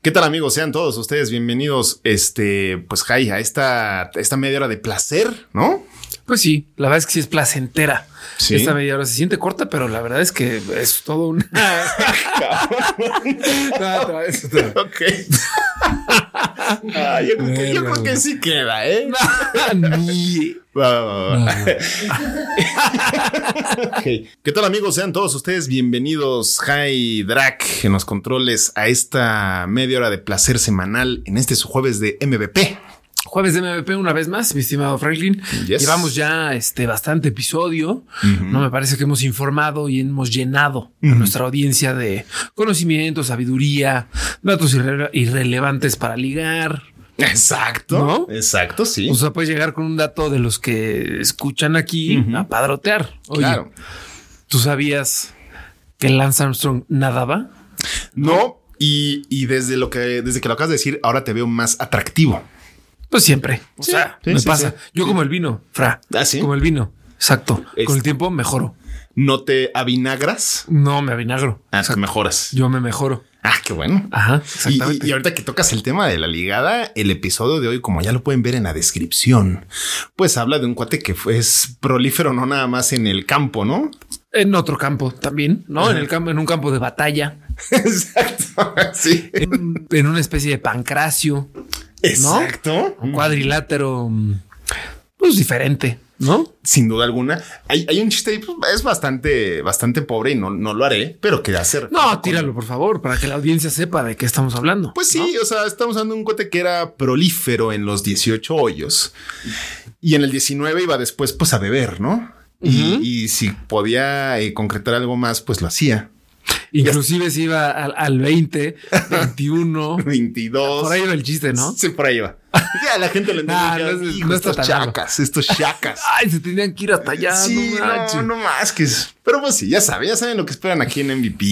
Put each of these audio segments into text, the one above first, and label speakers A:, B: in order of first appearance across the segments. A: ¿Qué tal amigos? Sean todos ustedes bienvenidos, este, pues Jai, a esta, esta media hora de placer, ¿no?
B: Pues sí, la verdad es que sí es placentera.
A: Sí.
B: Esta media hora se siente corta, pero la verdad es que es todo un. No, otra vez, otra vez.
A: Ok. Ah, yo, creo que, yo creo que sí queda, ¿eh?
B: Ni-
A: Va, va, va, va. Ok. ¿Qué tal amigos? Sean todos ustedes bienvenidos, Jai Drac, en los controles a esta media hora de placer semanal en este su jueves de MVP.
B: Jueves de MVP una vez más, mi estimado Franklin.
A: Yes.
B: Llevamos ya este bastante episodio. No me parece que hemos informado y hemos llenado a nuestra audiencia de conocimiento, sabiduría, datos irre- irrelevantes para ligar.
A: Exacto.
B: ¿No?
A: Exacto, sí.
B: O sea, puedes llegar con un dato de los que escuchan aquí a padrotear. Oye,
A: claro.
B: ¿tú sabías que Lance Armstrong nadaba?
A: No, y, y desde lo que desde que lo acabas de decir, ahora te veo más atractivo.
B: Pues siempre. O
A: Sí,
B: sea,
A: sí,
B: me
A: sí,
B: pasa.
A: sí.
B: Yo como el vino, Fra.
A: ¿Ah, sí? Este.
B: Como el vino. Exacto.
A: Es-
B: Con el tiempo mejoro.
A: No te avinagras.
B: No me avinagro.
A: Ah, te mejoras.
B: Yo me mejoro.
A: Ah, qué bueno. Y- y-
B: Ajá, exactamente.
A: Y, ahorita que tocas el tema de la ligada, el episodio de hoy, como ya lo pueden ver en la descripción, pues habla de un cuate que fue- es prolífero, no nada más en el campo, ¿no?
B: En otro campo también, ¿no? En el campo, en un campo de batalla,
A: Exacto. Sí.
B: en, en una especie de pancracio,
A: Exacto.
B: un cuadrilátero, mm, pues diferente, ¿no?
A: Sin duda alguna. Hay, hay un chiste ahí, pues, es bastante, bastante pobre y no, no lo haré, pero que hacer.
B: No, tíralo, por favor, para que la audiencia sepa de qué estamos hablando.
A: Pues sí, o sea, estamos hablando de un cote que era prolífero en los 18 hoyos y en el 19 iba después pues a beber, ¿no? Y, y si podía eh, concretar algo más, pues lo hacía.
B: Inclusive si iba al, al 20, 21,
A: 22.
B: por ahí va el chiste, ¿no?
A: Sí, por ahí va. Ya la gente lo entiende.
B: Nah,
A: ya,
B: no es-
A: hijo,
B: no está
A: estos
B: tan malo.
A: chacas, estos chacas.
B: Ay, se tenían que ir hasta allá.
A: Sí,
B: no manches.
A: no, no más que es- Pero pues sí, ya saben, ya saben lo que esperan aquí en MVP.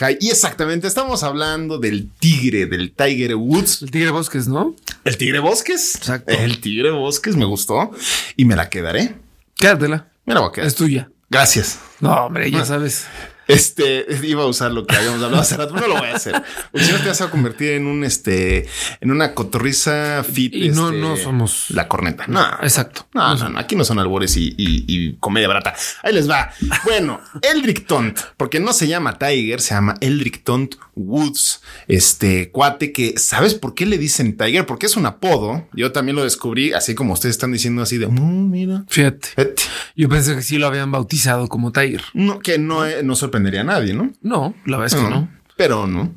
A: Hi, Y exactamente, estamos hablando del tigre, del Tiger Woods.
B: El tigre bosques, ¿no?
A: El tigre bosques.
B: Exacto.
A: El tigre bosques me gustó y me la quedaré.
B: Quédatela.
A: Me la voy a quedar.
B: Es tuya.
A: Gracias.
B: No, hombre, ya sabes.
A: Este iba a usar lo que habíamos hablado hace rato, pero no lo voy a hacer. Porque si no te vas a convertir en un este, en una cotorriza fit.
B: Y no,
A: este,
B: no somos-
A: la corneta. No,
B: Exacto.
A: No, no, no, aquí no son albores y, y- y comedia barata. Ahí les va. Bueno, Eldrick Tont, porque no se llama Tiger, se llama Eldrick Tont Woods, este cuate que, ¿sabes por qué le dicen Tiger? Porque es un apodo. Yo también lo descubrí, así como ustedes están diciendo así de, "Mm, mira.
B: Fíjate.
A: Fíjate".
B: Yo pensé que sí lo habían bautizado como Tiger.
A: No, que no, eh, no sorprendería a nadie, ¿no?
B: No, la verdad es que no.
A: Pero no.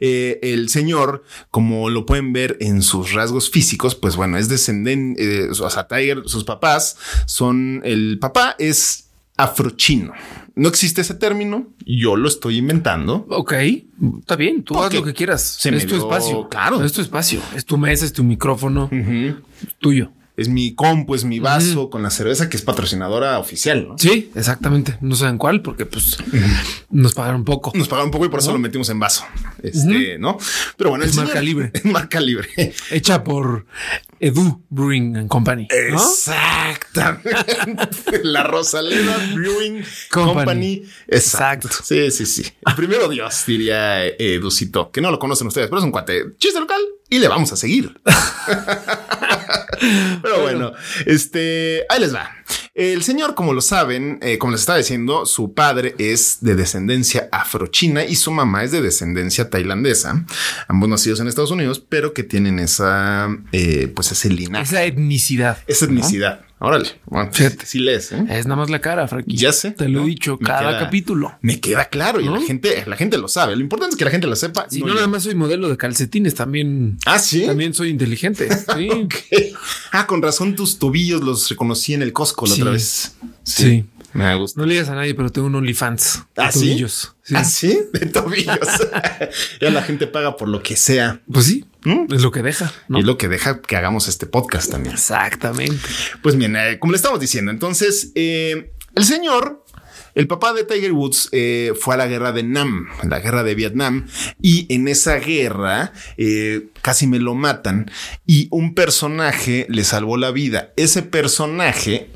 A: Eh, el señor, como lo pueden ver en sus rasgos físicos, pues bueno, es descendente, eh, o sea, Tiger, sus papás son, el papá es afrochino. No existe ese término, yo lo estoy inventando.
B: Ok, está bien. Tú
A: ¿Por
B: haz
A: qué?
B: lo que quieras.
A: Se me
B: es tu
A: dio-
B: espacio.
A: claro.
B: Es tu espacio. Es tu mesa, es tu micrófono. Es Tuyo.
A: Es mi compu, es mi vaso con la cerveza que es patrocinadora oficial, ¿no?
B: Sí, exactamente. No saben cuál, porque pues nos pagaron poco.
A: Nos pagaron poco y por eso lo metimos en vaso. Este, ¿no? Pero bueno,
B: Es
A: el
B: marca libre.
A: Es marca libre.
B: Hecha por Edu Brewing and Company. ¿no?
A: Exactamente. La Rosaleda Brewing Company.
B: Company.
A: Exacto.
B: Exacto.
A: Sí, sí, sí. Primero Dios, diría eh, Ducito, que no lo conocen ustedes, pero es un cuate chiste local y le vamos a seguir. pero bueno, este, ahí les va. El señor, como lo saben, eh, como les estaba diciendo, su padre es de descendencia afrochina y su mamá es de descendencia tailandesa, ambos nacidos en Estados Unidos, pero que tienen esa, eh, pues ese linaje.
B: Esa etnicidad.
A: Esa etnicidad. Órale. Bueno,
B: Fíjate.
A: sí lees, ¿eh?
B: Es nada más la cara, Frankie.
A: Ya sé.
B: Te lo
A: ¿no?
B: he dicho
A: Me
B: cada
A: queda-
B: capítulo.
A: Me queda claro y
B: ¿No?
A: la gente, la gente lo sabe. Lo importante es que la gente lo sepa.
B: Si
A: no
B: no,
A: yo.
B: nada más soy modelo de calcetines, también,
A: Ah, sí.
B: también soy inteligente. Sí.
A: Ah, con razón tus tobillos los reconocí en el Costco la
B: Sí.
A: otra vez.
B: Sí.
A: Me gusta.
B: No le digas a nadie, pero tengo un OnlyFans. de
A: ¿Ah, sí?
B: tobillos. Sí.
A: ¿Ah, sí? De tobillos. ya la gente paga por lo que sea.
B: Pues sí. Es lo que deja. ¿no?
A: Y es lo que deja que hagamos este podcast también.
B: Exactamente.
A: Pues bien, eh, como le estamos diciendo, entonces eh, el señor, el papá de Tiger Woods, eh, fue a la guerra de Nam, la guerra de Vietnam, y en esa guerra eh, casi me lo matan y un personaje le salvó la vida. Ese personaje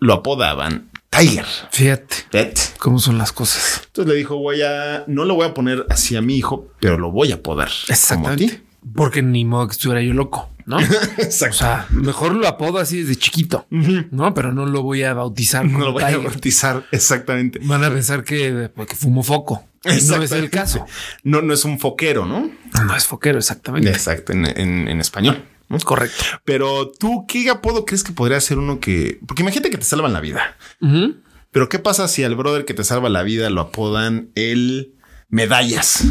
A: lo apodaban Tiger.
B: Fíjate
A: Vet.
B: cómo son las cosas.
A: Entonces le dijo, voy a, no lo voy a poner así a mi hijo, pero lo voy a apodar. como a ti.
B: Porque ni modo que estuviera yo loco, ¿no? O
A: Exacto.
B: sea, mejor lo apodo así desde chiquito, ¿no? Pero no lo voy a bautizar.
A: no
B: como
A: lo voy a
B: Tiger.
A: bautizar exactamente.
B: Van a pensar que, porque fumo foco. Y No es el
A: Exactamente.
B: caso.
A: No, no es un foquero, ¿no?
B: No es foquero, exactamente.
A: Exacto, en, en- en español. ¿no?
B: Correcto.
A: Pero tú, ¿qué apodo crees que podría ser uno que... Porque imagínate que te salvan la vida.
B: Ujú.
A: Pero ¿qué pasa si al brother que te salva la vida lo apodan el medallas?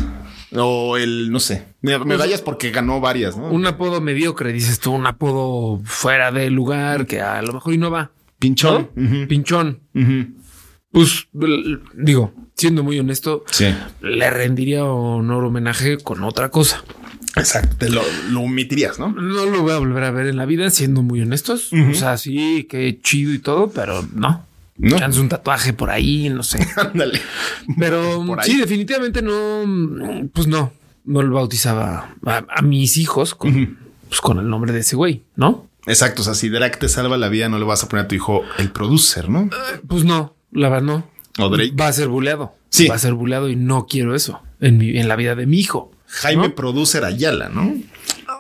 A: O el, no sé, me- medallas porque ganó varias, ¿no?
B: Pues, Un apodo mediocre, dices tú, un apodo fuera de lugar que a lo mejor y no va.
A: pinchón.
B: ¿No?
A: Ujú,
B: Pinchón.
A: ujú.
B: Pues l- digo, siendo muy honesto,
A: Sí.
B: le rendiría honor homenaje con otra cosa.
A: Exacto, te lo, lo omitirías, ¿no?
B: No lo voy a volver a ver en la vida, siendo muy honestos. O sea, sí, qué chido y todo, pero no.
A: No.
B: Chance un tatuaje por ahí, no sé.
A: Ándale.
B: Pero
A: Por ahí.
B: sí, definitivamente no, pues no, no lo bautizaba a, a mis hijos con, pues, con el nombre de ese güey, ¿no?
A: Exacto, o sea, si Drake te salva la vida, no le vas a poner a tu hijo el producer, ¿no?
B: Pues no, la verdad no.
A: O Drake.
B: Va a ser buleado.
A: Sí.
B: Va a ser buleado y no quiero eso en, mi, en la vida de mi hijo.
A: Jaime
B: ¿no?
A: Producer Ayala, ¿no?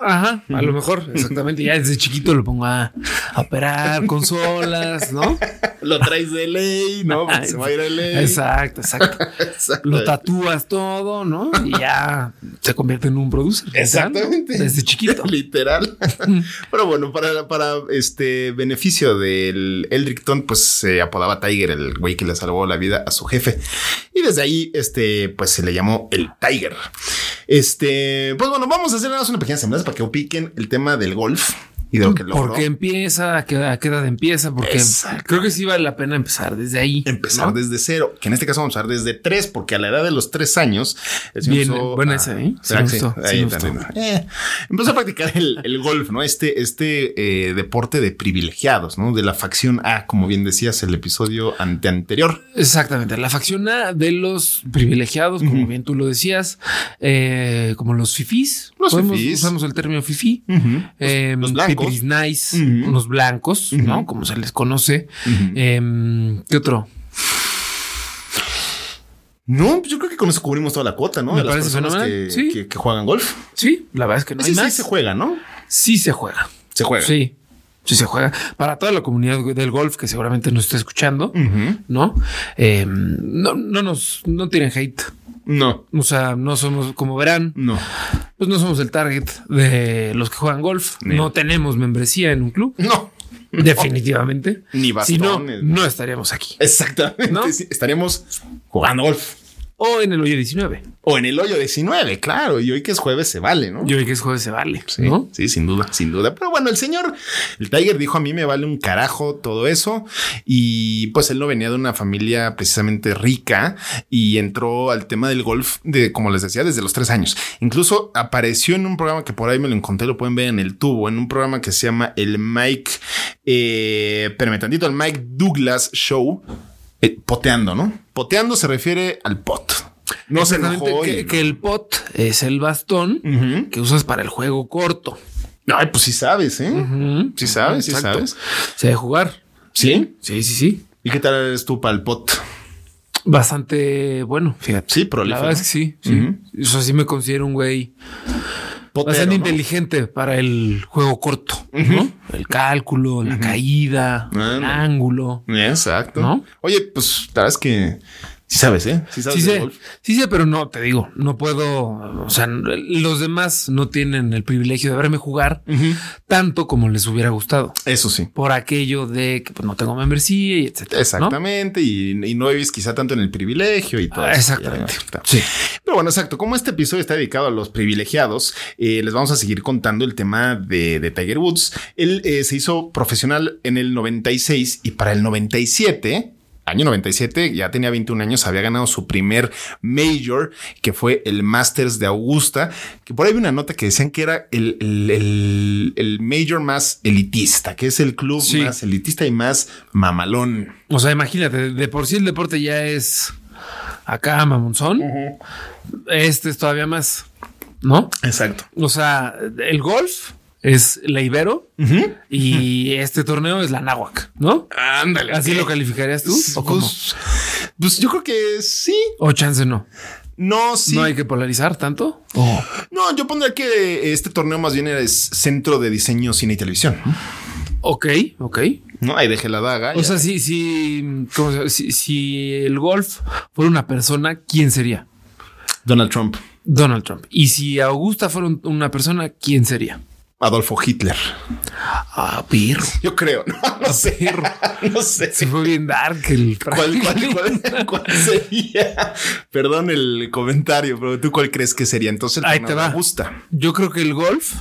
B: Ajá, a lo mejor, exactamente. Ya desde chiquito lo pongo a, a operar consolas, ¿no?
A: Lo traes de ley, ¿no? Porque se va a ir a ley.
B: Exacto, exacto.
A: Exacto.
B: Lo tatúas todo, ¿no? Y ya se convierte en un producer. ¿verdad?
A: Exactamente.
B: Desde chiquito.
A: Literal. Pero bueno, para, para este beneficio del Eldrickton, pues se apodaba Tiger, el güey que le salvó la vida a su jefe. Y desde ahí, este, pues se le llamó el Tiger. Este, pues bueno, vamos a hacer nada más una pequeña semblanza para que opiquen el tema del golf y de lo que logró.
B: Porque empieza, a qué edad a qué edad empieza, porque
A: Exacto.
B: creo que sí vale la pena empezar desde ahí.
A: Empezar
B: ¿no?
A: desde cero, que en este caso vamos a empezar desde tres, porque a la edad de los tres años. el señor
B: Bien,
A: empezó
B: buena
A: a-
B: esa, ¿eh? Sí
A: ¿Será
B: me
A: ah, que sí?
B: gustó, sí
A: Ahí
B: me
A: está,
B: gustó.
A: ¿no? Eh, empezó a practicar el, el golf, ¿no? Este, este eh, deporte de privilegiados, ¿no? De la facción A, como bien decías el episodio ante anterior.
B: Exactamente, la facción A de los privilegiados, como bien tú lo decías, eh, como los fifís.
A: Los
B: Podemos-
A: fifís.
B: Usamos el término fifí. Eh,
A: Los- los blancos.
B: pipis nice,
A: Ujú.
B: unos blancos, ¿no? Como se les conoce. Em, ¿Qué otro?
A: No, pues yo creo que con eso cubrimos toda la cuota, ¿no?
B: Me
A: de las
B: parece
A: personas
B: fenomenal,
A: que,
B: sí.
A: que- que juegan golf.
B: Sí, la verdad es que no
A: Ese
B: hay
A: sí
B: más.
A: se juega, ¿no?
B: Sí se juega.
A: Se juega.
B: Sí, sí se juega. Para toda la comunidad del golf que seguramente nos está escuchando, ¿no? Eh, no, no nos, no tienen hate.
A: No,
B: O sea, no somos, como verán,
A: no.
B: pues no somos el target de los que juegan golf.
A: Mira.
B: No tenemos membresía en un club,
A: No.
B: definitivamente.
A: Ni
B: Si no,
A: bastones.
B: no estaríamos aquí.
A: Exactamente.
B: ¿No?
A: sí, Estaremos jugando golf.
B: O en el hoyo 19.
A: O en el hoyo 19, claro. Y hoy que es jueves se vale, ¿no?
B: Yo vi que es jueves se vale,
A: Sí,
B: ¿no?
A: sí, sin duda, sin duda. Pero bueno, el señor, el Tiger dijo a mí me vale un carajo todo eso. Y pues él no venía de una familia precisamente rica y entró al tema del golf de, como les decía, desde los tres años. Incluso apareció en un programa que por ahí me lo encontré, lo pueden ver en el tubo, en un programa que se llama el Mike, eh, espérame tantito, el Mike Douglas Show, eh, poteando, ¿no? Poteando se refiere al pot. No se
B: Exactamente,
A: enojó.
B: que,
A: y-
B: que el pot es el bastón
A: Ujú.
B: que usas para el juego corto.
A: Ay, pues sí sabes, ¿eh? Sí sabes, sí
B: Exacto.
A: sabes.
B: Se debe jugar.
A: ¿Sí?
B: Sí, sí, sí.
A: ¿Y qué tal eres tú para el pot?
B: Bastante bueno, fíjate.
A: Sí,
B: La
A: prolífero.
B: verdad es que sí, sí. Eso sí me considero un güey
A: Potero,
B: bastante
A: ¿no?
B: inteligente para el juego corto, ¿no? El cálculo, la caída,
A: Ah,
B: el
A: no.
B: ángulo.
A: Exacto.
B: ¿No?
A: Oye, pues la verdad es que sí sabes, ¿eh? Sí sabes
B: Sí
A: de
B: sé,
A: golf.
B: sí sé, pero no, te digo, no puedo, o sea, los demás no tienen el privilegio de verme jugar tanto como les hubiera gustado,
A: Eso sí.
B: por aquello de que pues, no tengo membresía y etcétera. ¿no?
A: Exactamente. Y, y no vives quizá tanto en el privilegio y todo.
B: Ah,
A: eso.
B: exactamente.
A: Ya, ya, ya.
B: Sí.
A: Pero bueno, exacto. Como este episodio está dedicado a los privilegiados, eh, les vamos a seguir contando el tema de, de Tiger Woods. Él eh, se hizo profesional en el 96 y para el 97 año 97, ya tenía 21 años, había ganado su primer major, que fue el Masters de Augusta, que por ahí vi una nota que decían que era el, el, el- el major más elitista, que es el club
B: Sí.
A: más elitista y más mamalón.
B: O sea, imagínate, de- de por sí el deporte ya es acá mamonzón. Este es todavía más, ¿no?
A: Exacto.
B: O sea, el golf es la Ibero y este torneo es la Náhuac, ¿no?
A: Ándale.
B: ¿Así
A: ok.
B: lo calificarías tú? ¿O cómo?
A: Pues, pues yo creo que sí.
B: O chance no.
A: No, sí.
B: No hay que polarizar tanto.
A: No, yo pondría que este torneo más bien es centro de diseño, cine y televisión.
B: Ok, ok.
A: No, ahí dejé la daga.
B: O
A: ya.
B: sea, si, si, ¿cómo se llama? si, si el golf fuera una persona, ¿quién sería?
A: Donald Trump,
B: Donald Trump. Y si Augusta fuera un- una persona, ¿quién sería?
A: Adolfo Hitler.
B: Ah, perro.
A: Yo creo, no, no sé.
B: Perro.
A: No sé.
B: Se fue bien dark el
A: ¿Cuál, cuál, cuál, cuál sería? Perdón el comentario, pero ¿tú cuál crees que sería? Entonces el
B: Ahí
A: torneo
B: te va.
A: de Augusta.
B: Yo creo que el golf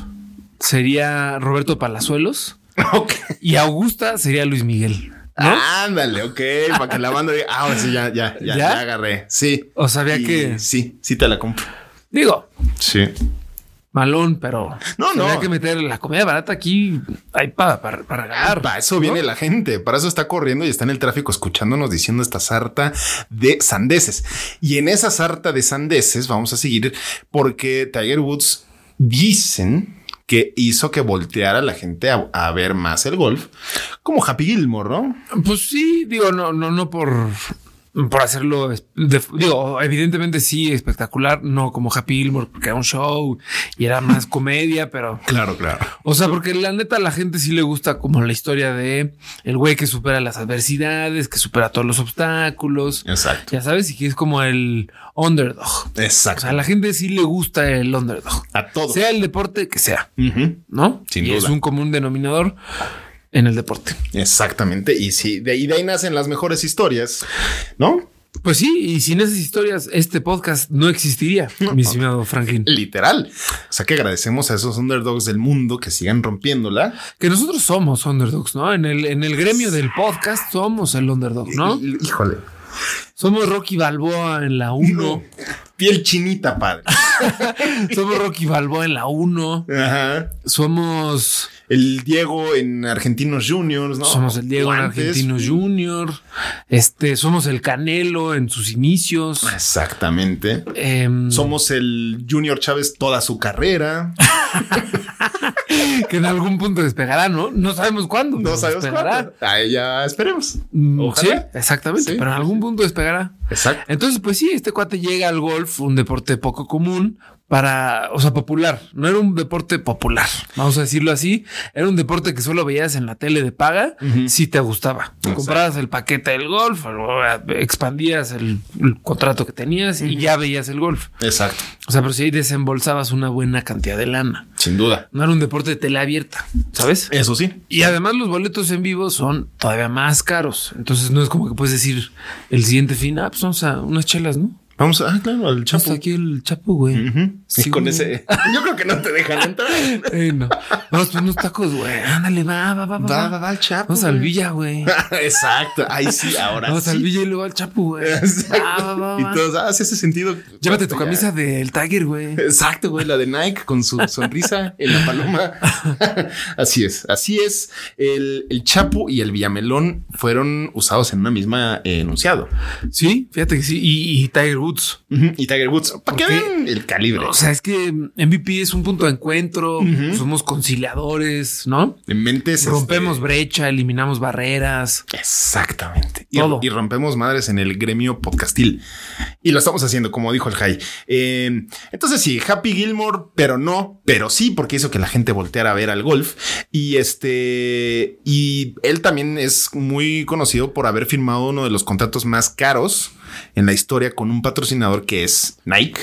B: sería Roberto Palazuelos
A: Ok.
B: y Augusta sería Luis Miguel. ¿no?
A: Ah, Ándale, ok, para que la banda diga, ah, ahora sí, ya, ya, ya,
B: ¿Ya?
A: ya agarré. Sí.
B: O sea, había
A: Y
B: que-
A: Sí, sí te la compro.
B: Digo,
A: Sí.
B: malón, pero
A: No, no.
B: había que meter la comida barata aquí. Hay para, para, para
A: Ah,
B: regalar,
A: para eso
B: ¿no?
A: viene la gente, para eso está corriendo y está en el tráfico escuchándonos diciendo esta sarta de sandeces. Y en esa sarta de sandeces vamos a seguir porque Tiger Woods dicen que hizo que volteara la gente a, a ver más el golf, como Happy Gilmore, ¿no?
B: Pues sí, digo, no, no, no por, por hacerlo. es- de- digo, evidentemente sí, espectacular. No como Happy Gilmore, porque era un show y era más comedia, pero.
A: Claro, claro.
B: O sea, porque la neta a la gente sí le gusta como la historia de el güey que supera las adversidades, que supera todos los obstáculos.
A: Exacto.
B: Ya sabes, y que es como el underdog. O
A: Exacto.
B: sea, a la gente sí le gusta el underdog.
A: A todos.
B: Sea el deporte que sea,
A: Ujú.
B: ¿no?
A: Sin
B: y es
A: duda.
B: un común denominador en el deporte.
A: Exactamente. Y sí, de ahí, de ahí nacen las mejores historias, ¿no?
B: Pues sí, y sin esas historias, este podcast no existiría, mi estimado Franklin.
A: Literal. O sea que agradecemos a esos underdogs del mundo que sigan rompiéndola.
B: Que nosotros somos underdogs, ¿no? En el, en el gremio del podcast somos el underdog, ¿no?
A: Hí- Híjole.
B: Somos Rocky Balboa en la 1.
A: Piel chinita, padre.
B: Somos Rocky Balboa en la 1.
A: Ajá.
B: Somos,
A: El Diego en Argentinos Juniors, ¿no?
B: somos el Diego en
A: Guantes.
B: Argentino Junior. Este, somos el Canelo en sus inicios.
A: Exactamente.
B: Em,
A: Somos el Junior Chávez toda su carrera.
B: que en algún punto despegará, ¿no? No sabemos cuándo.
A: No
B: pero
A: sabemos cuándo. Ahí ya esperemos.
B: Mm,
A: Ojalá.
B: Sí, exactamente.
A: Sí,
B: pero en
A: sí,
B: algún punto despegará.
A: Exacto.
B: Entonces, pues sí, este cuate llega al golf, un deporte poco común para, o sea, popular. No era un deporte popular, vamos a decirlo así. Era un deporte que solo veías en la tele de paga si te gustaba. Comprabas el paquete del golf, expandías el, el contrato que tenías y ya veías el golf.
A: Exacto.
B: O sea, pero si ahí desembolsabas una buena cantidad de lana.
A: Sin duda.
B: No era un deporte de tele abierta, ¿sabes?
A: Eso sí.
B: Y además los boletos en vivo son todavía más caros. Entonces no es como que puedes decir el siguiente fin, ah, pues vamos a unas chelas, ¿no?
A: Vamos a, ah, claro, al
B: Chapo.
A: Chapo.
B: aquí el Chapo, güey.
A: Y
B: Sí,
A: con
B: güey.
A: ese. Yo creo que no te dejan entrar.
B: Eh, no. Vamos por unos tacos, güey. Ándale, va, va, va, va.
A: Va, va, va, al Chapo,
B: Vamos al
A: güey.
B: Villa, güey.
A: Exacto. Ahí sí, ahora
B: Vamos
A: sí.
B: al Villa y luego al Chapo, güey.
A: Exacto.
B: Va, va, va, va.
A: Y todos, ah, sí hace sentido.
B: Llévate tu
A: Ya.
B: camisa del Tiger, güey.
A: Exacto, güey, la de Nike con su sonrisa en la paloma. así es, así es. El, el Chapo y el Villamelón fueron usados en una misma eh, enunciado.
B: Sí, fíjate que sí. Y, y Tiger Woods.
A: Y Tiger Woods, para que
B: qué?
A: vean el calibre.
B: O sea, es que MVP es un punto de encuentro. Somos conciliadores, ¿no?
A: de mentes.
B: Rompemos
A: este,
B: brecha, eliminamos barreras.
A: Exactamente. Y,
B: Todo.
A: y rompemos madres en el gremio podcastil. Y lo estamos haciendo, como dijo el Jai. Eh, entonces sí, Happy Gilmore, pero no, pero sí, porque hizo que la gente volteara a ver al golf. Y este, y él también es muy conocido por haber firmado uno de los contratos más caros en la historia con un patrocinador que es Nike.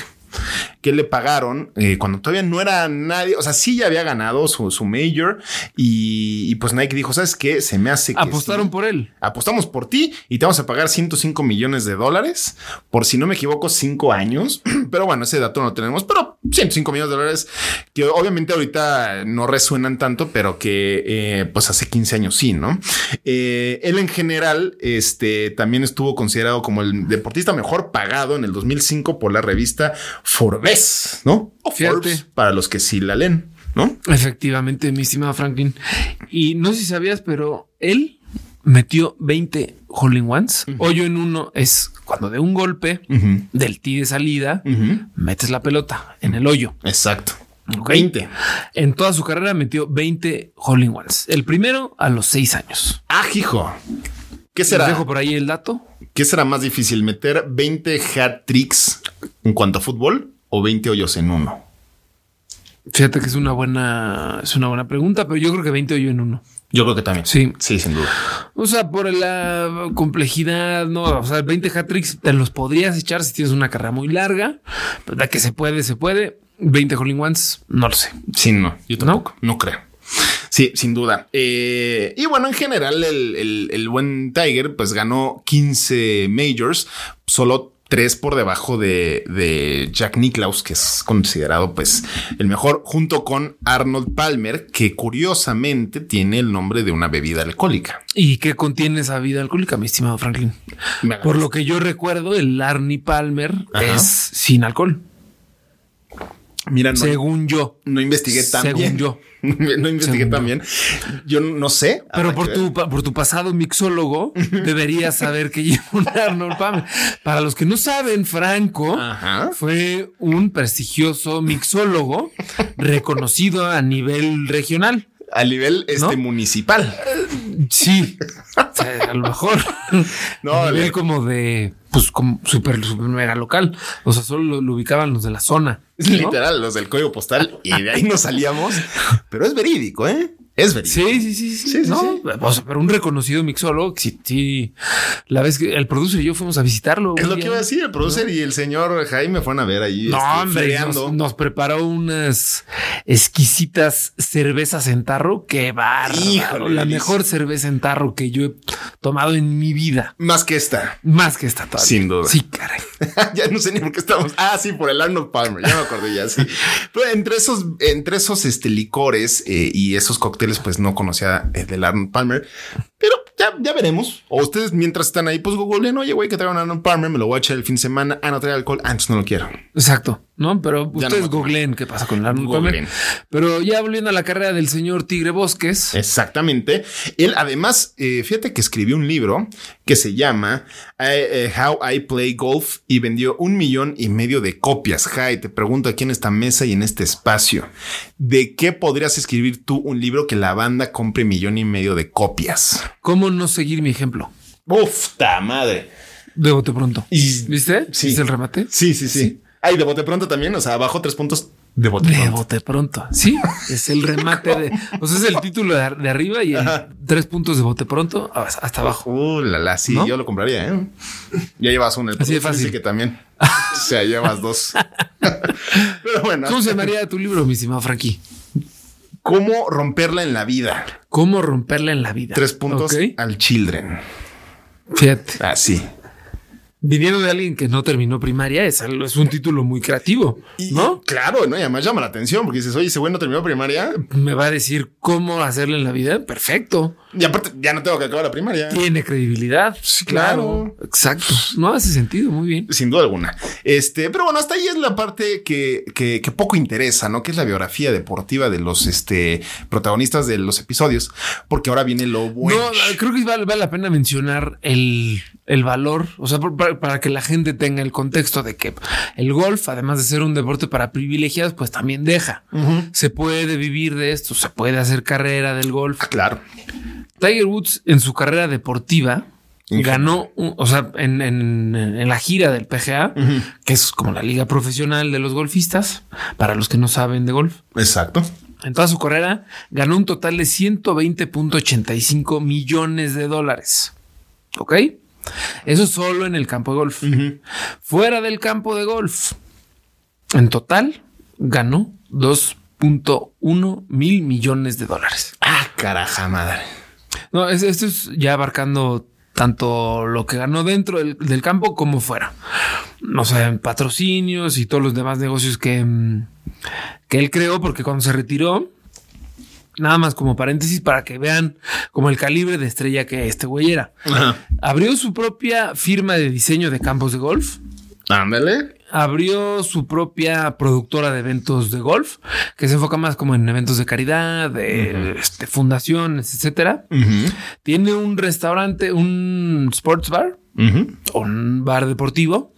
A: que le pagaron eh, cuando todavía no era nadie. O sea, sí ya había ganado su, su major y, y pues Nike dijo, ¿sabes qué? Se me hace que...
B: Apostaron
A: sí.
B: por él.
A: Apostamos por ti y te vamos a pagar 105 millones de dólares por, si no me equivoco, 5 años. Pero bueno, ese dato no lo tenemos, pero 105 millones de dólares que obviamente ahorita no resuenan tanto, pero que eh, pues hace 15 años sí, ¿no? Eh, él en general este, también estuvo considerado como el deportista mejor pagado en el 2005 por la revista Forbes, ¿no? O
B: Fíjate.
A: Forbes, para los que sí la leen, ¿no?
B: Efectivamente, mi estimado Franklin. Y no sé si sabías, pero él metió 20 hole in ones. Hoyo en uno es cuando de un golpe del tee de salida metes la pelota en el hoyo.
A: Exacto.
B: Ok.
A: 20.
B: En toda su carrera metió 20 hole in ones. El primero a los 6 años.
A: Ah, hijo. ¿Qué
B: Les
A: será?
B: dejo por ahí el dato.
A: ¿Qué será más difícil? ¿Meter 20 hat tricks en cuanto a fútbol o 20 hoyos en uno?
B: Fíjate que es una buena, es una buena pregunta, pero yo creo que 20 hoyo en uno.
A: Yo creo que también.
B: Sí.
A: Sí, sin duda.
B: O sea, por la complejidad, no, o sea, 20 hat-tricks te los podrías echar si tienes una carrera muy larga, ¿verdad? Que se puede, se puede. 20 hole in ones, no lo sé.
A: Sí, no. Yo
B: ¿No?
A: tampoco. No, creo. Sí, sin duda. Eh, y bueno, en general, el, el- el buen Tiger pues ganó 15 majors, solo tres por debajo de, de Jack Nicklaus, que es considerado pues el mejor, junto con Arnold Palmer, que curiosamente tiene el nombre de una bebida alcohólica.
B: ¿Y qué contiene esa vida alcohólica, mi estimado Franklin?
A: Me
B: Por lo que yo recuerdo, el Arnie Palmer
A: Ajá.
B: es sin alcohol,
A: Mira, no-
B: según yo.
A: No investigué tan
B: Según
A: bien.
B: yo.
A: no investigué
B: Según
A: tan bien. Yo Ah, no sé.
B: Pero
A: Habrá
B: por
A: que
B: tu,
A: ver.
B: pa- por tu pasado mixólogo, deberías saber que lleva un Arnold Palmer. Para los que no saben, Franco
A: Ajá.
B: fue un prestigioso mixólogo reconocido a nivel regional.
A: A nivel este
B: ¿No?
A: municipal.
B: Sí, o sea, a lo mejor.
A: No,
B: No, a nivel
A: le-
B: como de, pues, como super, super mega local. O sea, solo lo, lo ubicaban los de la zona. ¿no?
A: Literal, los del código postal. Y de ahí nos salíamos. Pero es verídico, ¿eh? Es verídico.
B: Sí, sí, sí, sí.
A: Sí, sí,
B: no,
A: sí.
B: o sea, pero un reconocido mixólogo, que sí, sí. La vez que el producer y yo fuimos a visitarlo.
A: Es
B: un
A: lo que
B: día.
A: iba a decir. El producer y el señor Jaime fueron a ver ahí.
B: No,
A: este,
B: hombre,
A: fregando.
B: nos, nos preparó unas exquisitas cervezas en tarro. Qué bárbaro.
A: Híjole,
B: la
A: Liz.
B: mejor cerveza en tarro que yo he tomado en mi vida.
A: Más que esta.
B: Más que esta todavía.
A: Sin duda.
B: Sí, caray.
A: ya no sé ni por qué estamos. Ah, sí, por el Arnold Palmer. Ya me acordé ya, sí. Pero entre esos, entre esos este, licores eh, y esos cócteles, pues no conocía el del Arnold Palmer. Pero ya, ya veremos. O ustedes mientras están ahí, pues googleen, oye, güey, que traigan Arnold Palmer, me lo voy a echar el fin de semana. Ah, no trae alcohol. Ah, entonces no lo quiero.
B: Exacto. No, pero
A: Ya
B: ustedes
A: no me-
B: googleen qué pasa con el Arnold
A: Googleen.
B: Palmer. Pero ya volviendo a la carrera del señor Tigre Bosques.
A: Exactamente. Él además, eh, fíjate que escribió un libro que se llama eh, eh, How I Play Golf y vendió un millón y medio de copias. Jai, te pregunto aquí en esta mesa y en este espacio, ¿de qué podrías escribir tú un libro que la banda compre millón y medio de copias?
B: ¿Cómo no seguir mi ejemplo?
A: Uf, ta madre.
B: De bote pronto.
A: Y-
B: ¿Viste?
A: Sí.
B: ¿Viste el remate?
A: Sí, sí, sí. Ay, de bote pronto también, o sea, abajo tres puntos de bote
B: De
A: pronto.
B: bote pronto. Sí, es el remate de. O sea, es el título de, de arriba y el tres puntos de bote pronto hasta abajo.
A: Uh, la, la, sí,
B: ¿No?
A: yo lo compraría, ¿eh? Ya llevas uno. El
B: Así de
A: productor dice
B: fácil.
A: que también. O sea, llevas dos. Pero bueno.
B: ¿Cómo se llamaría tu libro, mi estimado Frankie?
A: ¿Cómo romperla en la vida?
B: ¿Cómo romperla en la vida?
A: Tres puntos
B: Ok,
A: al children. Ah,
B: Fíjate,
A: Así.
B: viniendo de alguien que no terminó primaria, es, algo- es un título muy creativo,
A: Y,
B: ¿no?
A: Claro, ¿no? Y además llama la atención porque dices, oye, ese güey no terminó primaria.
B: Me va a decir cómo hacerla en la vida. Perfecto.
A: Y aparte, ya no tengo que acabar la primaria.
B: Tiene credibilidad.
A: Ah. Sí, claro.
B: Exacto. No hace sentido. Muy bien.
A: Sin duda alguna. Este, pero bueno, hasta ahí es la parte que, que- que poco interesa, ¿no? Que es la biografía deportiva de los este, protagonistas de los episodios, porque ahora viene lo bueno.
B: No, ah, creo que vale, vale la pena mencionar el, el valor, o sea, por- para, para que la gente tenga el contexto de que el golf, además de ser un deporte para privilegiados, pues también deja. Se puede vivir de esto, se puede hacer carrera del golf.
A: Ah, claro.
B: Tiger Woods en su carrera deportiva
A: Ujú.
B: ganó, un- o sea, en, en- en la gira del PGA, que es como la liga profesional de los golfistas, para los que no saben de golf.
A: Exacto.
B: En toda su carrera ganó un total de 120.85 millones de dólares. ¿Ok? Eso solo en el campo de golf. Fuera del campo de golf, En total, ganó 2.1 mil millones de dólares.
A: Ah, caraja madre.
B: No, es- esto es ya abarcando tanto lo que ganó dentro del, del campo como fuera. O sea, en patrocinios y todos los demás negocios que, mm, que él creó, porque cuando se retiró, nada más como paréntesis para que vean como el calibre de estrella que este güey era. Abrió su propia firma de diseño de campos de golf
A: Ándale.
B: abrió su propia productora de eventos de golf, que se enfoca más como en eventos de caridad, de este, fundaciones, etcétera. Tiene un restaurante, un sports bar, o un bar deportivo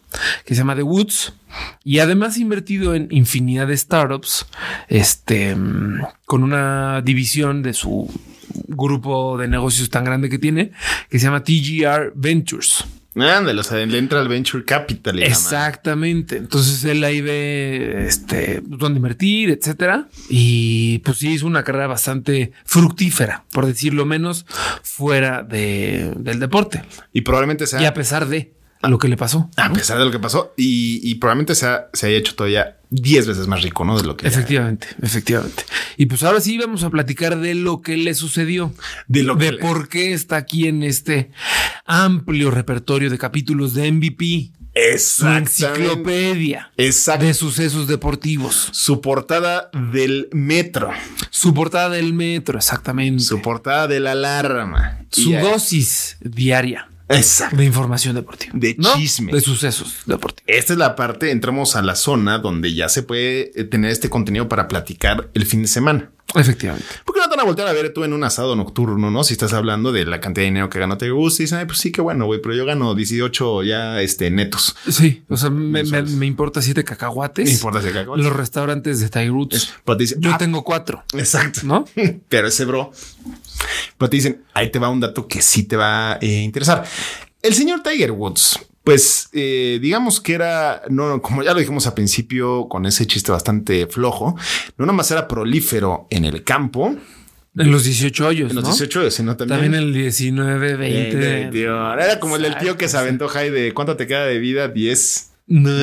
B: que se llama The Woods y además ha invertido en infinidad de startups, este, mm, con una división de su grupo de negocios tan grande que tiene, que se llama TGR Ventures.
A: Ándale, o sea, le entra al Venture Capital. y la
B: Exactamente. Entonces él ahí ve este dónde invertir, etcétera. Y pues sí, hizo una carrera bastante fructífera, por decirlo menos, fuera de- del deporte.
A: madre. Y probablemente sea.
B: Y a pesar de lo que le pasó.
A: A pesar de lo que pasó, y, y probablemente sea- se haya hecho todavía 10 veces más rico, ¿no? De lo que ya-
B: Efectivamente, efectivamente. Y pues ahora sí vamos a platicar de lo que le sucedió,
A: De lo que
B: de
A: le-
B: por qué está aquí en este amplio repertorio de capítulos de MVP, su
A: Exactamente.
B: enciclopedia
A: Exacto.
B: de sucesos deportivos,
A: Su portada del metro,
B: su portada del metro, exactamente,
A: su portada de la alarma,
B: su
A: Y ya-
B: dosis diaria
A: Exacto.
B: de información deportiva,
A: De chisme.
B: de sucesos deportivos.
A: Esta es la parte, entramos a la zona donde ya se puede eh, tener este contenido para platicar el fin de semana.
B: Efectivamente.
A: ¿Por qué no te van a voltear a ver tú en un asado nocturno, no? Si estás hablando de la cantidad de dinero que ganó, te gusta y dices, ay, pues sí, qué bueno, güey, pero yo gano 18 ya este, netos.
B: Sí, o sea, me, me-
A: Mensuales.
B: me importa siete cacahuates.
A: Me importa si cacahuates.
B: Los restaurantes de Thai Roots.
A: Pero te dicen,
B: Yo
A: "Ah,
B: tengo cuatro,
A: Exacto.
B: ¿no?
A: Pero ese bro. Pero te dicen, ahí te va un dato que sí te va a eh, interesar. El señor Tiger Woods, pues eh, digamos que era, no, no, como ya lo dijimos al principio con ese chiste bastante flojo, no nomás era prolífero en el campo,
B: En los 18 hoyos.
A: en los
B: ¿no?
A: 18, sino también,
B: También el 19, 20.
A: Eh, 21. Era como el del tío que se aventó, Jai, de cuánto te queda de vida, 10,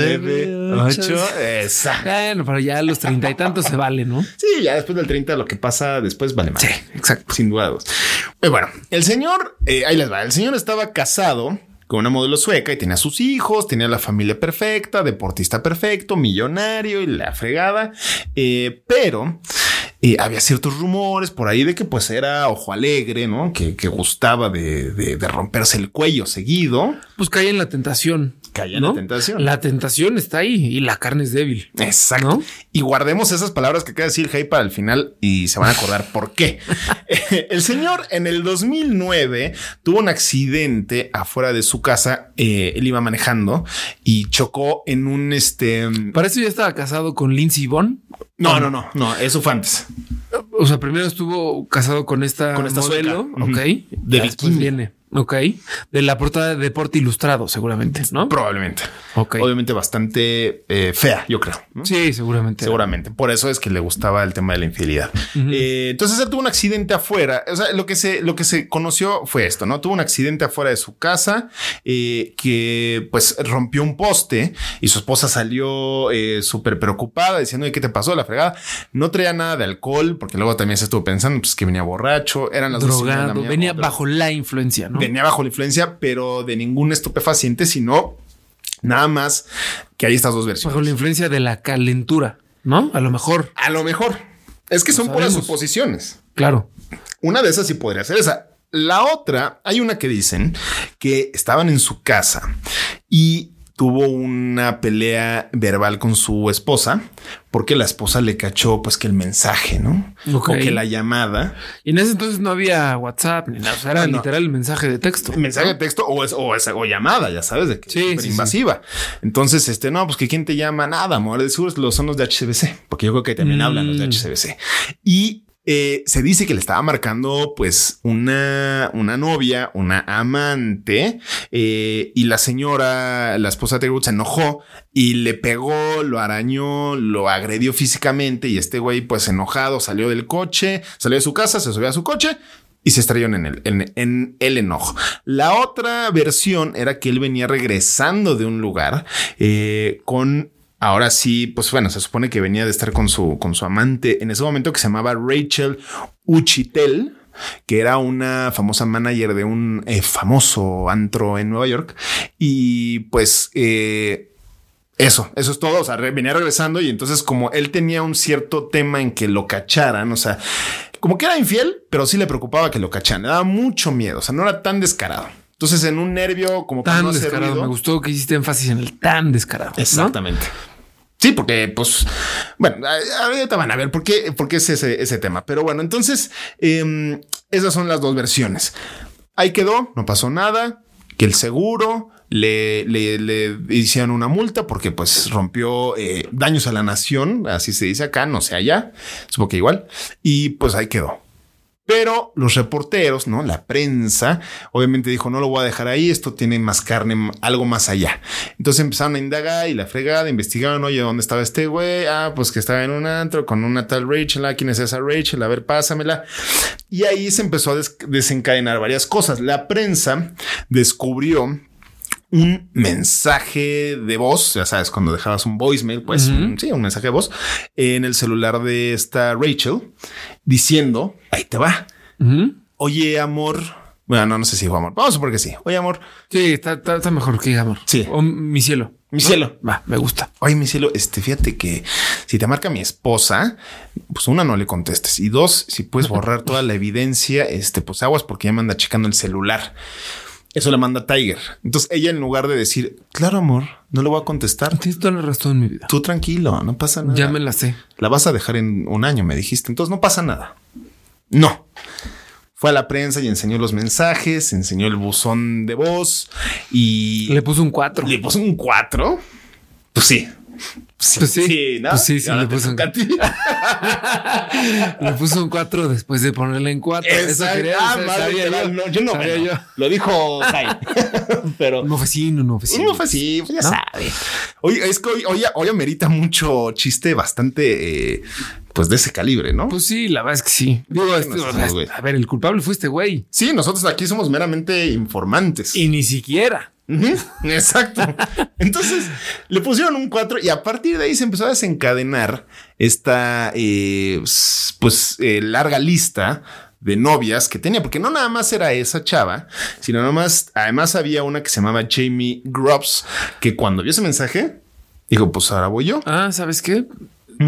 A: 9, 8. Exacto.
B: Bueno, pero ya a los treinta y tantos se vale, ¿no?
A: Sí, ya después del 30, lo que pasa después vale más.
B: exacto.
A: Sin duda. Pero bueno, el señor, eh, ahí les va, el señor estaba casado con una modelo sueca y tenía sus hijos, tenía la familia perfecta, deportista perfecto, millonario y la fregada, Eh, pero eh, había ciertos rumores por ahí de que pues era ojo alegre, ¿no? Que, que gustaba de, de- de romperse el cuello seguido.
B: Pues cae en la tentación.
A: Cae en la tentación.
B: La tentación está ahí y la carne es débil.
A: Exacto.
B: ¿No?
A: Y guardemos esas palabras que acaba de decir Jai para el final y se van a acordar por qué. Eh, el señor en el 2009 tuvo un accidente afuera de su casa. eh, él iba manejando y chocó en un este.
B: Para eso ya estaba casado con Lindsay Vonn.
A: No, no, no, no. Eso fue antes.
B: O sea, primero estuvo casado con esta,
A: Con esta
B: modelo,
A: sueca.
B: ok.
A: Ujú.
B: De
A: De
B: aquí
A: bikini.
B: viene, ok. De la portada de Deporte Ilustrado, seguramente, ¿no?
A: Probablemente.
B: Ok.
A: Obviamente bastante eh, fea, yo creo. ¿no?
B: Sí, seguramente.
A: Seguramente. Por eso es que le gustaba el tema de la infidelidad. Eh, entonces él tuvo un accidente afuera. O sea, lo que se, lo que se conoció fue esto, ¿no? Tuvo un accidente afuera de su casa eh, que pues rompió un poste y su esposa salió eh, súper preocupada diciendo, "Oye, ¿qué te pasó? La fregada. No traía nada de alcohol porque luego también se estuvo pensando pues, que venía borracho, eran las dos y media de la
B: Drogado.
A: mañana.
B: Venía
A: Drogado.
B: bajo la influencia, ¿no?
A: Venía bajo la influencia, pero de ningún estupefaciente, sino nada más que hay estas dos versiones.
B: Bajo la influencia de la calentura, ¿no? A lo mejor,
A: A lo mejor. Es que son puras
B: sabemos.
A: suposiciones.
B: claro.
A: Una de esas sí podría ser esa. La otra, hay una que dicen que estaban en su casa y tuvo una pelea verbal con su esposa porque la esposa le cachó pues que el mensaje, ¿no?
B: Ok.
A: O que la llamada,
B: Y en ese entonces no había WhatsApp ni nada. O sea, era
A: Ah, no.
B: literal el mensaje de texto.
A: mensaje de texto o, es, o, es- o llamada, ya sabes, de que
B: Sí,
A: es súper
B: sí, sí.
A: invasiva. Entonces, este, no, pues que quién te llama, nada, amor, de seguro los son los de HCBC, porque yo creo que también hablan los de
B: Mm.
A: HCBC. Y eh, se dice que le estaba marcando pues una, una novia, una amante, eh, y la señora, la esposa de Tiger Woods, se enojó y le pegó, lo arañó, lo agredió físicamente y este güey pues enojado salió del coche, salió de su casa, se subió a su coche. Y se estrellaron en el, en, en el enojo. La otra versión era que él venía regresando de un lugar eh, con Ahora sí, pues bueno, se supone que venía de estar con su, con su amante en ese momento que se llamaba Rachel Uchitel, que era una famosa manager de un eh, famoso antro en Nueva York. Y pues eh, eso, eso es todo. O sea, re- venía regresando y entonces como él tenía un cierto tema en que lo cacharan, o sea, como que era infiel, pero sí le preocupaba que lo cacharan. Le daba mucho miedo, o sea, no era tan descarado. Entonces en un nervio como para
B: Tan
A: no hacer
B: descarado.
A: ruido-
B: Me gustó que hiciste énfasis en el tan descarado. ¿no?
A: Exactamente. Sí, porque, pues, bueno, a- ahorita van a ver por qué, por qué es ese, ese tema. Pero bueno, entonces, em, esas son las dos versiones. Ahí quedó, no pasó nada, que el seguro le, le, le hicieron una multa porque, pues, rompió eh, daños a la nación, así se dice acá, no sé allá, supongo que igual. Y pues ahí quedó. Pero los reporteros, ¿no? La prensa, obviamente dijo, no lo voy a dejar ahí, esto tiene más carne, m- algo más allá. Entonces empezaron a indagar y la fregada, investigaron, oye, ¿dónde estaba este güey? Ah, pues que estaba en un antro con una tal Rachel, ah, ¿quién es esa Rachel? A ver, pásamela. Y ahí se empezó a des- desencadenar varias cosas. La prensa descubrió un mensaje de voz, ya sabes, cuando dejabas un voicemail, pues un- sí, un mensaje de voz en el celular de esta Rachel diciendo, ahí te va. Oye, amor. Bueno, no, no sé si dijo amor. Vamos a suponer que sí. Oye, amor.
B: Sí, está, está- está mejor que amor.
A: Sí.
B: O mi cielo.
A: Mi cielo.
B: Va, me gusta.
A: Oye, mi cielo, este, fíjate que si te marca mi esposa, pues una, no le contestes. Y dos, si puedes borrar toda la evidencia, este, pues aguas porque ya me anda checando el celular. Eso la manda Tiger. Entonces ella, en lugar de decir, claro, amor, no le voy a contestar.
B: Tienes toda la razón en mi vida.
A: Tú tranquilo, no pasa nada.
B: Ya me la sé.
A: La vas a dejar en un año, me dijiste. Entonces no pasa nada. No. Fue a la prensa y enseñó los mensajes, enseñó el buzón de voz y
B: Le puso un 4.
A: le puso un 4. Pues sí. Sí,
B: Pues sí.
A: ¿no?
B: Pues sí, sí,
A: Ahora
B: le
A: te
B: puso un-
A: toca a ti.
B: Le puso un 4 después de ponerle en 4. Eso
A: Exacto.
B: quería
A: Ah,
B: sab-
A: madre,
B: sabía
A: ya
B: yo.
A: no, yo no.
B: Sabía
A: bueno,
B: yo.
A: Lo dijo Sai. Pero
B: Un ofecino, un ofecino.
A: No fue así, pues ya
B: ¿No?
A: sabes. Hoy es que hoy, hoy, hoy amerita mucho chiste bastante, eh, pues de ese calibre, ¿no?
B: Pues sí, la verdad es que sí. Digo, este-
A: no estamos, güey.
B: a ver, el culpable fue este güey.
A: Sí, nosotros aquí somos meramente informantes.
B: Y ni siquiera.
A: Ujú, Exacto. Entonces le pusieron un 4 y a partir de ahí se empezó a desencadenar esta eh, s- pues eh, larga lista de novias que tenía, porque no nada más era esa chava, sino nada más, además había una que se llamaba Jamie Grubbs, que cuando vio ese mensaje, dijo, pues ahora voy yo.
B: Ah, ¿sabes qué?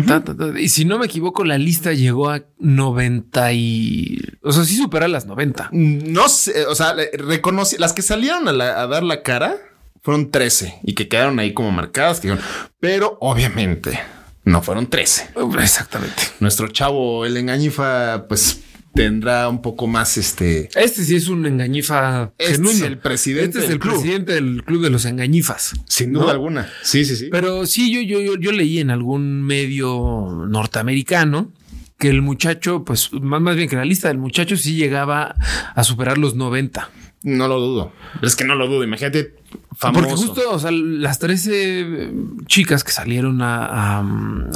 B: Ta, ta, ta. Y si no me equivoco, la lista llegó a 90 y... O sea, sí supera las 90.
A: No sé, o sea, le- reconocí las que salieron a, la- a dar la cara fueron 13 y que quedaron ahí como marcadas, que dijeron, pero obviamente no fueron 13.
B: Exactamente.
A: Nuestro chavo, el engañifa, pues tendrá un poco más este.
B: Este sí es un engañifa
A: Este
B: genuino.
A: es el presidente
B: Este es
A: del
B: el
A: club.
B: presidente del club de los engañifas.
A: Sin duda
B: ¿no?
A: alguna. Sí, sí, sí.
B: Pero sí, yo, yo, yo, yo leí en algún medio norteamericano que el muchacho, pues más, más bien que la lista del muchacho sí llegaba a superar los 90.
A: no lo dudo. Es que no lo dudo. Imagínate, famoso.
B: Porque justo, o sea, las 13 chicas que salieron a, a-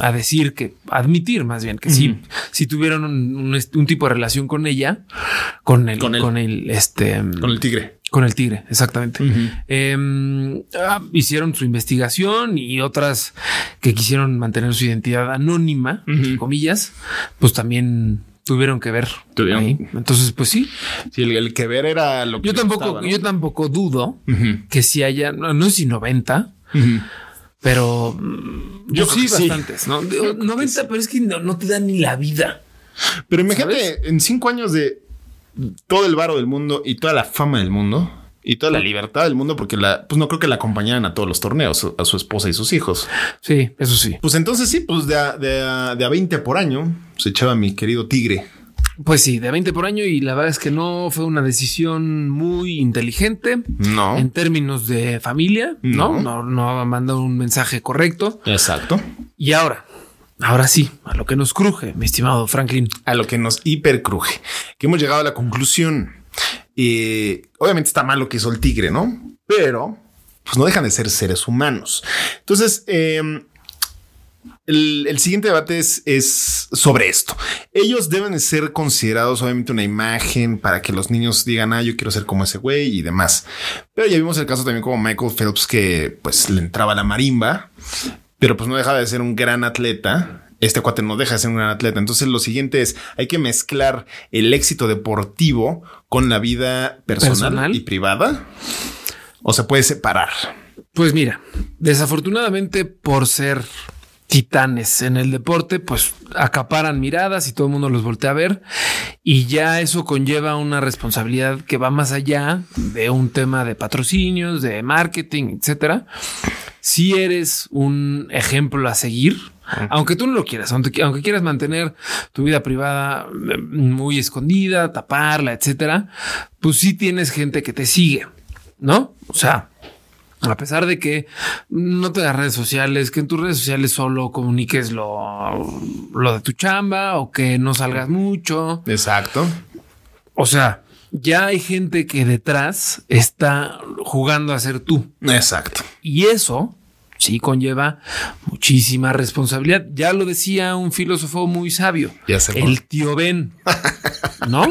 B: a decir que, a admitir más bien, que sí, sí tuvieron un, un est- un tipo de relación con ella, con el,
A: Con
B: con
A: el-
B: el, este,
A: con el tigre.
B: con el tigre, exactamente.
A: Ujú.
B: Eh, ah, hicieron su investigación y otras que quisieron mantener su identidad anónima, entre comillas, pues también tuvieron que ver.
A: Tuvieron.
B: Entonces, pues sí.
A: Sí, el, el que ver era lo que.
B: Yo
A: le
B: tampoco,
A: gustaba, ¿no?
B: yo tampoco dudo
A: Ujú.
B: que si haya, no, no sé si 90, pero mm,
A: Yo creo
B: pues sí,
A: que sí.
B: bastantes, ¿no? Digo, 90, pero es que no, no te dan ni la vida.
A: Pero imagínate, en cinco años de todo el varo del mundo y toda la fama del mundo y toda la libertad del mundo, porque la, pues no creo que la acompañaran a todos los torneos, a su esposa y sus hijos.
B: Sí, eso sí.
A: Pues entonces sí, pues de a, de a- de a 20 por año se echaba mi querido tigre.
B: Pues sí, de 20 por año y la verdad es que no fue una decisión muy inteligente.
A: No.
B: en términos de familia, ¿no?
A: No.
B: No, no, mandó un mensaje correcto.
A: Exacto.
B: Y ahora, ahora sí, a lo que nos cruje, mi estimado Franklin.
A: A lo que nos hipercruje, que hemos llegado a la conclusión. Eh, obviamente está mal lo que hizo el tigre, ¿no? Pero pues no dejan de ser seres humanos. Entonces, eh, el, el siguiente debate es, es sobre esto. Ellos deben de ser considerados obviamente una imagen para que los niños digan, ah, yo quiero ser como ese güey y demás. Pero ya vimos el caso también como Michael Phelps que pues le entraba la marimba pero pues no deja de ser un gran atleta. Este cuate no deja de ser un gran atleta. Entonces lo siguiente es, hay que mezclar el éxito deportivo con la vida personal,
B: ¿Personal?
A: y privada. O se puede separar.
B: Pues mira, desafortunadamente por ser titanes en el deporte, pues acaparan miradas y todo el mundo los voltea a ver y ya eso conlleva una responsabilidad que va más allá de un tema de patrocinios, de marketing, etcétera. Si eres un ejemplo a seguir, aunque tú no lo quieras, aunque, aunque quieras mantener tu vida privada eh, muy escondida, taparla, etcétera, pues sí tienes gente que te sigue, ¿no? O sea, a pesar de que no te das redes sociales, que en tus redes sociales solo comuniques lo, lo de tu chamba o que no salgas mucho.
A: Exacto.
B: O sea, ya hay gente que detrás está jugando a ser tú.
A: Exacto.
B: Y eso sí conlleva muchísima responsabilidad. Ya lo decía un filósofo muy sabio.
A: Ya sé cuál.
B: El tío Ben. ¿No?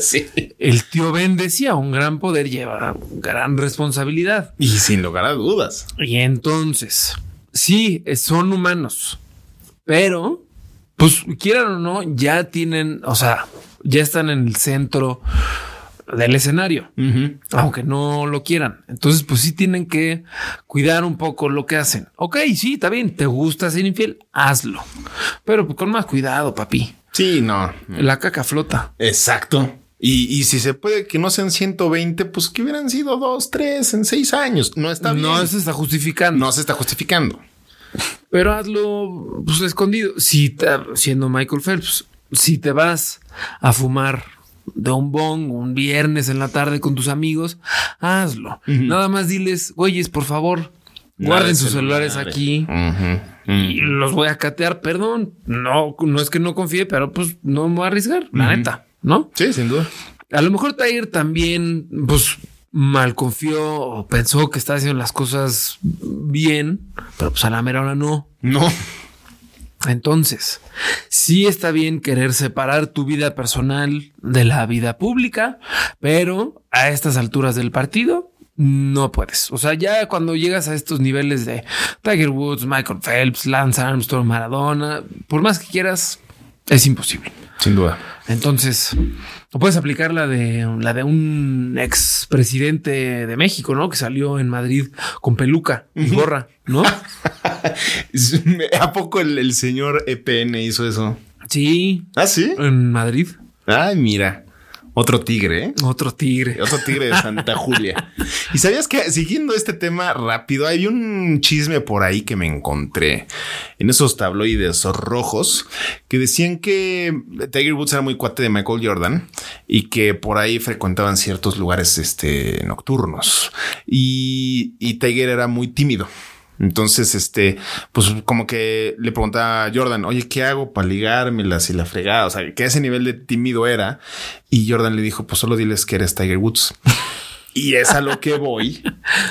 A: Sí.
B: El tío Ben decía, un gran poder lleva gran responsabilidad.
A: Y sin lugar a dudas.
B: Y entonces, sí, eh, son humanos, pero pues quieran o no, ya tienen, o sea, ya están en el centro del escenario, aunque no lo quieran. Entonces, pues sí tienen que cuidar un poco lo que hacen. Ok, sí, está bien, te gusta ser infiel, hazlo, pero pues, con más cuidado, papi.
A: Sí, no.
B: La caca flota.
A: Exacto. Y, y si se puede que no sean 120, pues que hubieran sido dos, tres en seis años. No está bien.
B: No se está justificando.
A: no se está justificando.
B: Pero hazlo pues, escondido. Si te- siendo Michael Phelps, si te vas a fumar de un bong un viernes en la tarde con tus amigos, hazlo. Nada más diles, güeyes, por favor, guarden
A: de
B: sus celulares
A: celulares.
B: aquí y los voy a catear. Perdón, no, no es que no confíe, pero pues no me voy a arriesgar, la neta, ¿no?
A: Sí, sin duda.
B: A lo mejor Tiger también, pues, mal confió o pensó que estaba haciendo las cosas bien, pero pues a la mera hora no.
A: No.
B: Entonces, sí está bien querer separar tu vida personal de la vida pública, pero a estas alturas del partido no puedes. O sea, ya cuando llegas a estos niveles de Tiger Woods, Michael Phelps, Lance Armstrong, Maradona, por más que quieras, es imposible.
A: Sin duda.
B: Entonces, o puedes aplicar la de la de un expresidente de México, ¿no? Que salió en Madrid con peluca y gorra, ¿no?
A: ¿A poco el, el señor EPN hizo eso?
B: Sí,
A: Ah, sí.
B: en Madrid.
A: Ay, mira. Otro tigre, ¿eh?
B: Otro tigre.
A: Otro tigre de Santa Julia. Y sabías que siguiendo este tema rápido, hay un chisme por ahí que me encontré en esos tabloides rojos que decían que Tiger Woods era muy cuate de Michael Jordan y que por ahí frecuentaban ciertos lugares este, nocturnos y, y Tiger era muy tímido. Entonces, este, pues como que le preguntaba a Jordan, oye, ¿qué hago para ligármelas y la fregada? O sea, que ese nivel de tímido era. Y Jordan le dijo, pues solo diles que eres Tiger Woods. Y es a lo que voy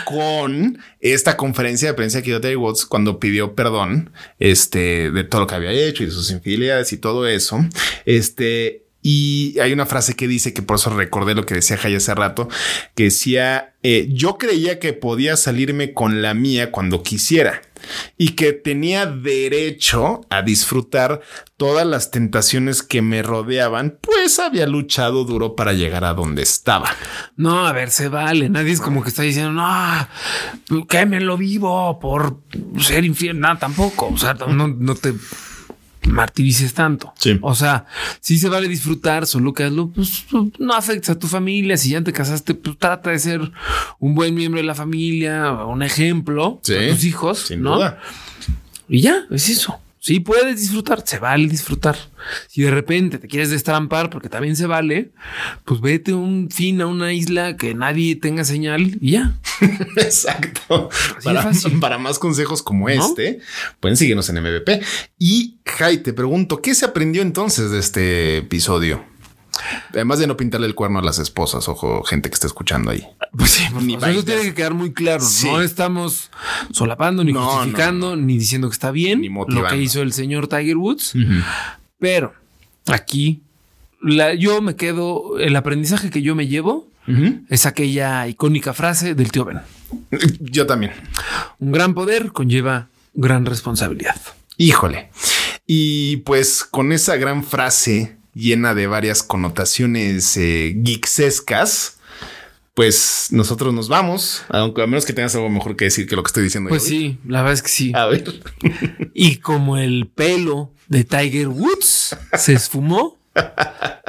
A: con esta conferencia de prensa que dio Tiger Woods cuando pidió perdón este, de todo lo que había hecho y de sus infidelidades y todo eso. Este, y hay una frase que dice que por eso recordé lo que decía Jay hace rato, que decía, eh, yo creía que podía salirme con la mía cuando quisiera y que tenía derecho a disfrutar todas las tentaciones que me rodeaban, pues había luchado duro para llegar a donde estaba.
B: No, a ver, se vale. Nadie es como que está diciendo, no, quémelo vivo por ser infiel. No, tampoco. O sea, no, no te martirices tanto.
A: Sí.
B: O sea, sí se vale disfrutar, solo que hazlo, pues no afectes a tu familia. Si ya te casaste, pues trata de ser un buen miembro de la familia, un ejemplo para tus hijos,
A: sin
B: ¿no?
A: duda.
B: Y ya, es eso. Sí, puedes disfrutar, se vale disfrutar. Si de repente te quieres destrampar, porque también se vale, pues vete un fin a una isla que nadie tenga señal y ya.
A: Exacto.
B: de
A: Para,
B: fácil.
A: para más consejos como este, pueden seguirnos en MVP. Y Jai, te pregunto, ¿qué se aprendió entonces de este episodio? Además de no pintarle el cuerno a las esposas, ojo, gente que está escuchando ahí.
B: Pues sí, por
A: Ni
B: favor. eso
A: vainas.
B: tiene que quedar muy claro.
A: Sí.
B: No estamos solapando, ni
A: No,
B: justificando, ni diciendo que está bien
A: Ni
B: lo
A: motivando.
B: que hizo el señor Tiger Woods. Pero aquí la- yo me quedo, el aprendizaje que yo me llevo es aquella icónica frase del tío Ben.
A: Yo también.
B: Un gran poder conlleva gran responsabilidad.
C: Híjole. Y pues con esa gran frase llena de varias connotaciones eh, geeksescas, pues nosotros nos vamos, aunque a menos que tengas algo mejor que decir que lo que estoy diciendo.
B: Pues
C: yo.
B: sí, la verdad es que sí.
A: Ah.
C: A ver.
B: Y como el pelo de Tiger Woods se esfumó,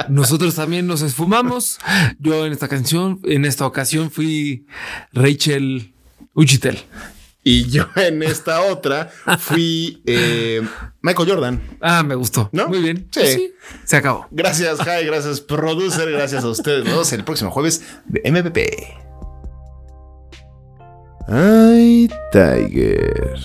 B: nosotros también nos esfumamos. Yo en esta canción, en esta ocasión fui Rachel Uchitel.
C: Y yo en esta otra fui eh, Michael Jordan.
B: Ah, me gustó.
C: ¿No?
B: Muy bien.
C: Sí.
B: Pues sí, se acabó.
C: Gracias, Jai. Gracias, producer. Gracias a ustedes. Nos vemos el próximo jueves de MPP.
A: Ay, Tiger.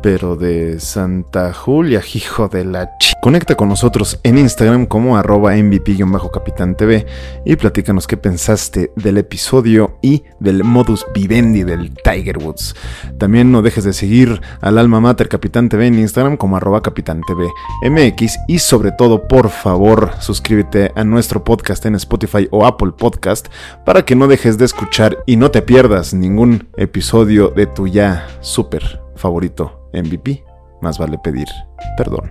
A: Pero de Santa Julia, hijo de la ch... Conecta con nosotros en Instagram como arroba MVP-Capitán TV y platícanos qué pensaste del episodio y del modus vivendi del Tiger Woods. También no dejes de seguir al alma mater Capitán TV en Instagram como arroba Capitán TV MX y sobre todo, por favor, suscríbete a nuestro podcast en Spotify o Apple Podcast para que no dejes de escuchar y no te pierdas ningún episodio de tu ya súper favorito MVP. Más vale pedir perdón.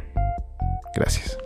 A: Gracias.